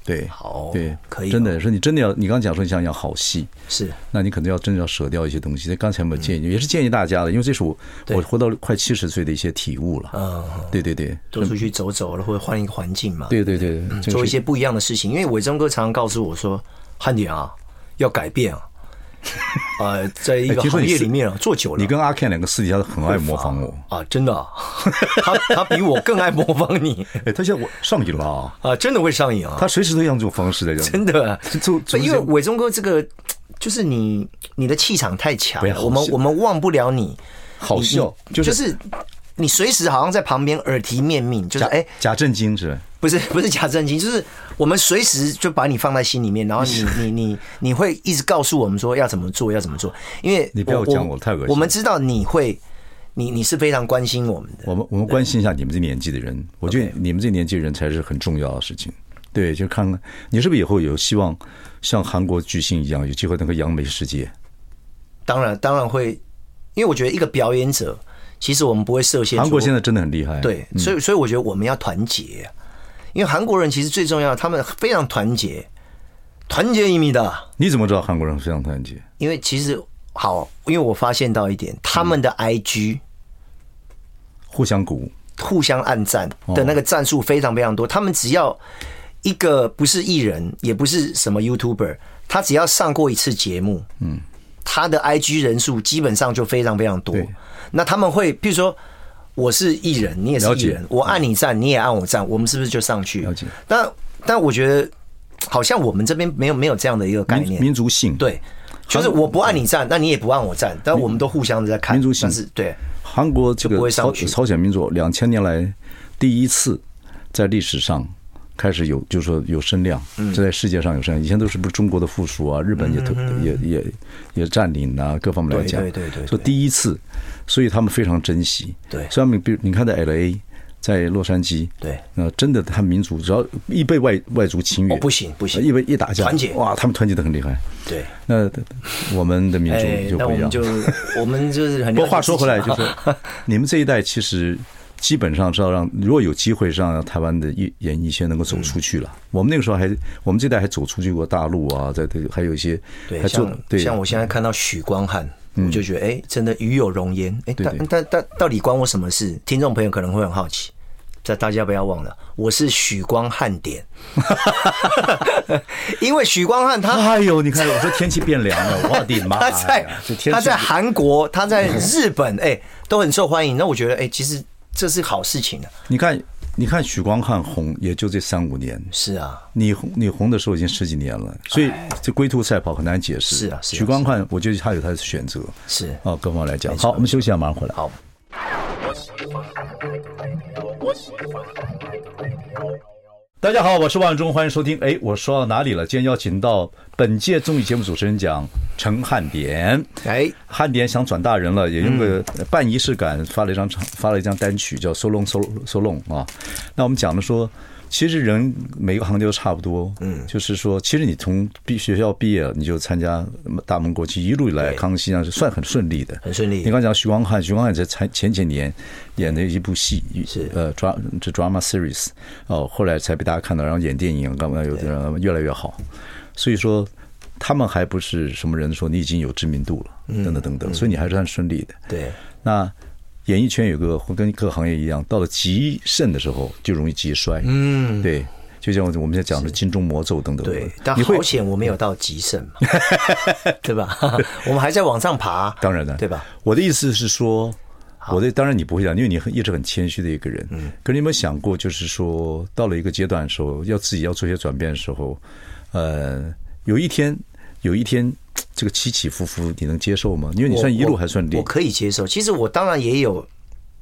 S1: 对，
S2: 好
S1: 对，
S2: 可以哦
S1: 真的说你真的要，你刚刚讲说你想要好戏，
S2: 是
S1: 那你可能要真的要舍掉一些东西。刚才我们建议，也是建议大家的，因为这是我
S2: 嗯对
S1: 我活到快七十岁的一些体悟了。
S2: 嗯，
S1: 对对对，
S2: 多出去走走了，或者换一个环境嘛，
S1: 对对对，这个
S2: 嗯做一
S1: 是
S2: 些不一样的事情。因为伟忠哥常常告诉我说：“汉典啊，要改 变啊，呃，在一
S1: 哎
S2: 个
S1: 听说
S2: 行
S1: 你
S2: 业
S1: 是
S2: 里面啊，做久了，
S1: 你跟阿 Ken 两个私底下都很爱模仿我，
S2: 啊，真的啊、他他比我更爱模仿你
S1: 哎，他现在我上瘾了啊，
S2: 啊，真的会上瘾啊，
S1: 他随时都用这种方式在讲，
S2: 真的啊。
S1: 就就
S2: 因为伟忠哥这个，就是你你的气场太强
S1: 不要
S2: 了，
S1: 好
S2: 我们
S1: 笑
S2: 我们忘不了你，
S1: 好笑，
S2: 你
S1: 就
S2: 就是是你随时好像在旁边耳提面命，就是
S1: 假
S2: 哎。
S1: 假正经是吧。
S2: 不是 不是假正经，就是我们随时就把你放在心里面，然后 你你你你会一直告诉我们说要怎么做，要怎么做，因为
S1: 你不要讲我太恶心了
S2: 我们知道你会，你你是非常关心我们的，
S1: 我们我们关心一下你们这年纪的人，我觉得你们这年纪的人才是很重要的事情。对，就看看你是不是以后有希望像韩国巨星一样，有机会能够扬眉世界。
S2: 当然当然会，因为我觉得一个表演者，其实我们不会设限说。
S1: 韩国现在嗯真的很厉害，
S2: 对，所以所以我觉得我们要团结，啊因为韩国人其实最重要，他们非常团结，团结一米的。
S1: 你怎么知道韩国人非常团结？
S2: 因为其实好，因为我发现到一点，他们的 IG、
S1: 互相鼓舞，
S2: 互相暗战
S1: 哦
S2: 的那个战术非常非常多。他们只要一个不是艺人，也不是什么 YouTuber，他只要上过一次节目，嗯，他的 IG 人数基本上就非常非常多
S1: 对。
S2: 那他们会，譬如说。我是艺人，你也是
S1: 了
S2: 艺
S1: 解
S2: 人，我按你赞，你也按我赞，我们是不是就上去？
S1: 了解
S2: 但但我觉得，好像我们这边没有没有这样的一个概
S1: 民
S2: 念。
S1: 民族性。，
S2: 对，就是我不按你站，那你也不按我站，但我们都互相的在看，
S1: 民族性
S2: 但是对，
S1: 韩国这
S2: 就不
S1: 个
S2: 会上
S1: 朝
S2: 去
S1: 朝鲜民族两千年来第一次在历史上开始有，就是说有声量，
S2: 嗯
S1: 这在世界上有声量。以前都是不是中国的附属啊，日本也特也也也占领啊，各方面来讲，
S2: 嗯对对对对对
S1: 所以第一次，所以他们非常珍惜。
S2: 对
S1: 所以他们比如你看在 L A，在洛杉矶，
S2: 对
S1: 呃，真的他们民族只要一被外外族侵略，呃
S2: 哦不行不行
S1: 一被一打架，
S2: 团结
S1: 哇，他们团结的很厉害。
S2: 对。
S1: 那我们的民
S2: 哎，
S1: 族就
S2: 那
S1: 不
S2: 我
S1: 一样。
S2: 们就我们就是 很。
S1: 不过话说回
S2: 啊
S1: 来，就是 你们这一代其实基本上是要让，如果有机会是要让台湾的艺演艺圈能够走出去
S2: 嗯
S1: 了。我们那个时候还，我们这代还走出去过大陆啊，在对，还有一些
S2: 对，
S1: 还做
S2: 像
S1: 对嗯
S2: 像我现在看到许光汉，我就觉得哎，真的与有容焉。哎，
S1: 对
S2: 但
S1: 对
S2: 但但到底关我什么事？听众朋友可能会很好奇。但大家不要忘了，我是许光汉点， 因为许光汉他
S1: 哎呦，你看我说天气变凉了，我的 妈
S2: 他
S1: 呀！
S2: 在
S1: 这天
S2: 他
S1: 气
S2: 在韩国，他在日本，哎、都很受欢迎。那我觉得，哎、其实这是好事情啊。
S1: 你看你看许光汉红也就这三五年，
S2: 是啊，
S1: 你红你红的时候已经十几年了，所以这龟兔赛跑很难解释。
S2: 哎是啊是啊
S1: 许光汉，我觉得他有他的选择
S2: 是
S1: 啊，各方面来讲。好，我们休息一下，马上回来。
S2: 好。
S1: 大家好，我是万忠，欢迎收听。哎，我说到哪里了？今天邀请到本届综艺节目主持人奖陈汉典。
S2: 哎、
S1: 汉典想转大人了，也用个半仪式感发了一张唱发了一张单曲叫《So Long So So Long》啊。那我们讲的说，其实人每个行业都差不多，嗯，就是说，其实你从毕学校毕业了，你就参加大门国际，一路以来
S2: 对
S1: 康熙啊，是算很顺利的，
S2: 很顺利
S1: 你刚讲徐光汉，徐光汉在前前几年演的一部戏，
S2: 是
S1: 呃抓这 drama series 哦，后来才被大家看到，然后演电影，干嘛有的呃越来越好，所以说。他们还不是什么人说你已经有知名度了，等等等等，所以你还是很顺利的。
S2: 嗯对，
S1: 那演艺圈有个跟各行业一样，到了极盛的时候就容易极衰。嗯，对，就像我们在讲的金钟魔咒等等。
S2: 对，但
S1: 你会
S2: 好险我没有到极盛嘛， 对吧？ 我们还在往上爬，
S1: 当然了，
S2: 对吧？？
S1: 我的意思是说，我的当然你不会讲，因为你很一直很谦虚的一个人。嗯，可是你有没有想过，就是说到了一个阶段的时候，要自己要做一些转变的时候，呃，有一天，有一天，这个起起伏伏，你能接受吗？因为你算一路还算
S2: 我
S1: 零
S2: 我，可以接受。其实我当然也有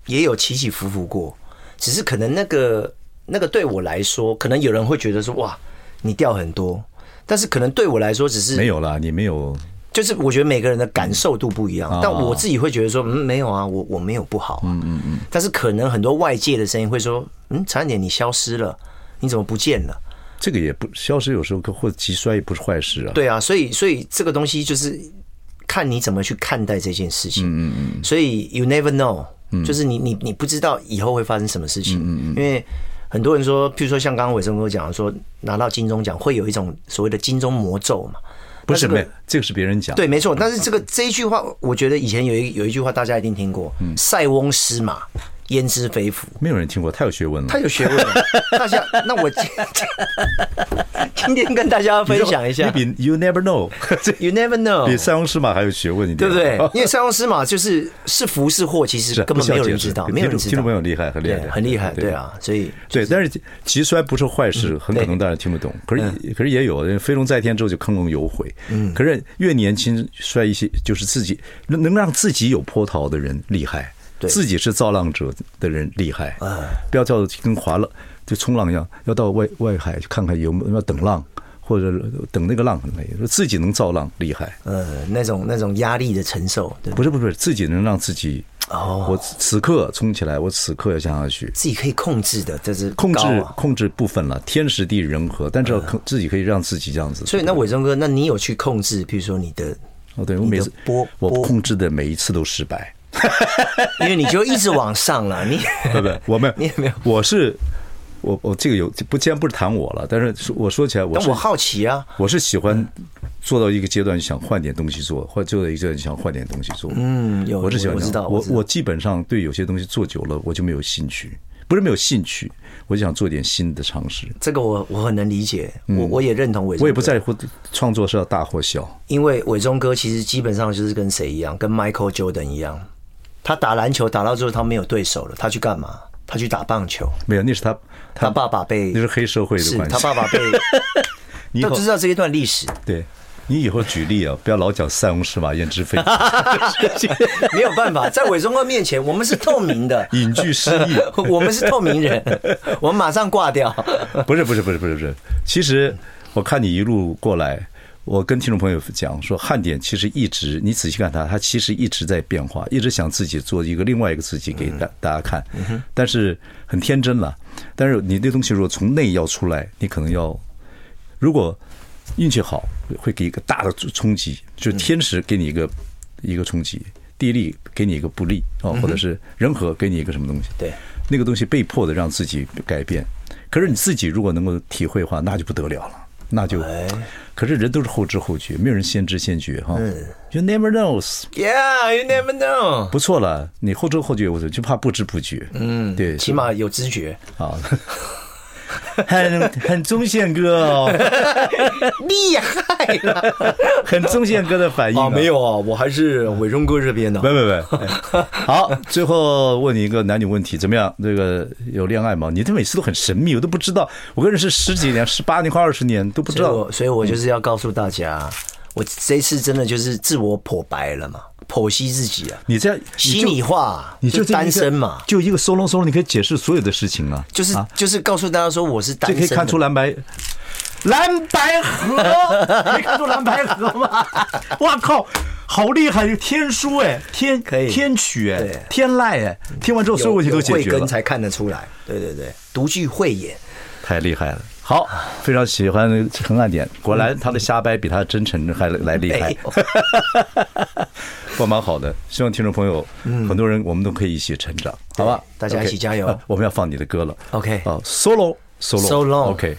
S2: 也有起起伏伏过，只是可能那个那个对我来说，可能有人会觉得说哇，你掉很多，但是可能对我来说只是
S1: 没有啦，你没有
S2: 就是我觉得每个人的感受度不一样，
S1: 嗯
S2: 但我自己会觉得说，嗯，没有啊，我我没有不好、啊，嗯嗯嗯。但是可能很多外界的声音会说，嗯，陈汉典你消失了，你怎么不见了？
S1: 这个也不消失，有时候或者急衰也不是坏事啊。
S2: 对啊，所以所以这个东西就是看你怎么去看待这件事情。嗯嗯嗯。所以 you never know，、就是你你你不知道以后会发生什么事情。嗯嗯因为很多人说，譬如说像刚刚伟生跟我讲说，拿到金钟奖会有一种所谓的金钟魔咒嘛。
S1: 不是
S2: 那这个
S1: 没，这个是别人讲。
S2: 对，，没错。但是这个这一句话，我觉得以前有一有一句话大家一定听过，“塞翁失马，焉知非福
S1: 没有人听过，太有学问”，了。
S2: 他有学问啊了。 大家，那我今 今天跟大家分享一下
S1: 你比 You Never Know 这
S2: ，You never know，
S1: 比塞翁失马还有学问一
S2: 对
S1: 点，
S2: 不对？ 因为塞翁失马就是是福是祸，其实
S1: 是
S2: 根本没有人知道，
S1: 不需要解释
S2: 没有人
S1: 听
S2: 知
S1: 听众朋
S2: 道。
S1: 友厉害，很厉害
S2: 对，，很厉害，对。啊，嗯所以
S1: 对，但是急衰不是坏事，很可能大家听不懂。可
S2: 嗯
S1: 是，可是也有人飞龙在天之后就亢龙有悔。嗯，可是越年轻衰一些，就是自己能能让自己有波涛的人厉害，
S2: 对嗯
S1: 自己是造浪者的人厉害。不要叫跟划浪就冲浪一样，要到外外海去看看有没有要等浪，或者等那个浪很累，自己能造浪厉害。
S2: 呃，那种那种压力的承受，对
S1: 不是不是，自己能让自己
S2: 哦
S1: 我此刻冲起来，我此刻要降下去，
S2: 自己可以控制的，这是
S1: 控制
S2: 高啊哎
S1: 控制部分了，天时地人和，但是要控自己可以让自己这样子。
S2: 所以那伟忠哥，那你有去控制，比如说你的
S1: 哦，对我
S2: 你的
S1: 每次
S2: 波
S1: 我
S2: 波
S1: 控制的每一次都失 败，
S2: 因为你就一直往上了，你
S1: 对不对？我们
S2: 你也没有
S1: 我是我我这个有不，既然不是谈我了，但是说我说起来，我
S2: 但
S1: 是
S2: 我好奇啊，
S1: 我是喜欢做到一个阶段想换点东西做，或做到一个阶段想换点东西做。
S2: 嗯有
S1: 我是喜欢
S2: 我
S1: 这
S2: 知
S1: 样
S2: 道我
S1: 我
S2: 知道
S1: 基本上对有些东西做久了，我就没有兴趣，不是没有兴趣，我就想做点新的尝试。
S2: 这个我我很能理解，我我也认同伟忠
S1: 嗯
S2: 哥，
S1: 我也不在乎创作是要大或小，
S2: 因为伟忠哥其实基本上就是跟谁一样，跟 Michael Jordan 一样，他打篮球打到最后他没有对手了，他去干嘛？他去打棒球，
S1: 没有，那是他
S2: 他爸爸被
S1: 那是黑社会的
S2: 是
S1: 关系。
S2: 他爸爸被，
S1: 你以
S2: 都
S1: 后
S2: 知道这一段历史，
S1: 对，你以后举例啊，不要老讲塞翁失马焉知 非福，，
S2: 没有办法，在伟忠哥面前我们是透明的
S1: 隐居失意。
S2: 我们是透明人，我们马上挂掉。
S1: 不是不是不是不是不是，其实我看你一路过来，我跟听众朋友讲说，汉典其实一直，你仔细看它，它其实一直在变化，一直想自己做一个另外一个自己给大大家看，
S2: 嗯
S1: 但是很天真了。但是你那东西如果从内要出来，你可能要，如果运气好，会给一个大的冲击，
S2: 嗯
S1: 就天时给你一个一个冲击，地利给你一个不利啊，或者是人和给你一个什么东西，
S2: 嗯对，
S1: 那个东西被迫的让自己改变。可是你自己如果能够体会的话，那就不得了了，那就。
S2: 哎
S1: 可是人都是后知后觉，没有人先知先觉哈。
S2: 嗯
S1: 就 never knows，
S2: Yeah, you never know。
S1: 不错了，你后知后觉，我就怕不知不觉。嗯， 对，
S2: 起码有知觉，
S1: 啊， 很很宗宪哥哦，
S2: 厉害了！
S1: 很宗宪哥的反应、
S2: 啊，没。有啊，我还是伟忠哥这边的
S1: 不。不 不，哎好，最后问你一个男女问题，怎么样？这个有恋爱吗？你这每次都很神秘，我都不知道。我跟人是十几年、十八年、快二十年都不知
S2: 所以
S1: 道
S2: 我，。所以我就是要告诉大家，我这次真的就是自我剖白了嘛，剖析自己啊，
S1: 你这样，
S2: 心里话啊，
S1: 你就这一个
S2: 单身嘛，
S1: 就一个 solo solo，你可以解释所有的事情啊，
S2: 就是
S1: 啊
S2: 就是告诉大家说我是单
S1: 这
S2: 身
S1: 可以
S2: 的，
S1: 看出蓝白。蓝白河，没看出蓝白河 吗？哇靠，好厉害！天书哎，天
S2: 可以
S1: 天曲哎
S2: 对，
S1: 天籁哎，听完之后所有
S2: 有
S1: 问题都
S2: 有
S1: 解
S2: 慧
S1: 决了
S2: 根，才看得出来。对对对，独具慧眼。
S1: 太厉害了。好，非常喜欢陈汉典，果然他的瞎掰比他的真诚还来厉害
S2: 嗯哎，
S1: 我蛮好的。希望听众朋友，很多人我们都可以一起成长，好吧？
S2: 大家一起
S1: OK
S2: 加 油
S1: 啊我们要放你的歌了
S2: OK
S1: 啊，solo solo
S2: So long
S1: OK。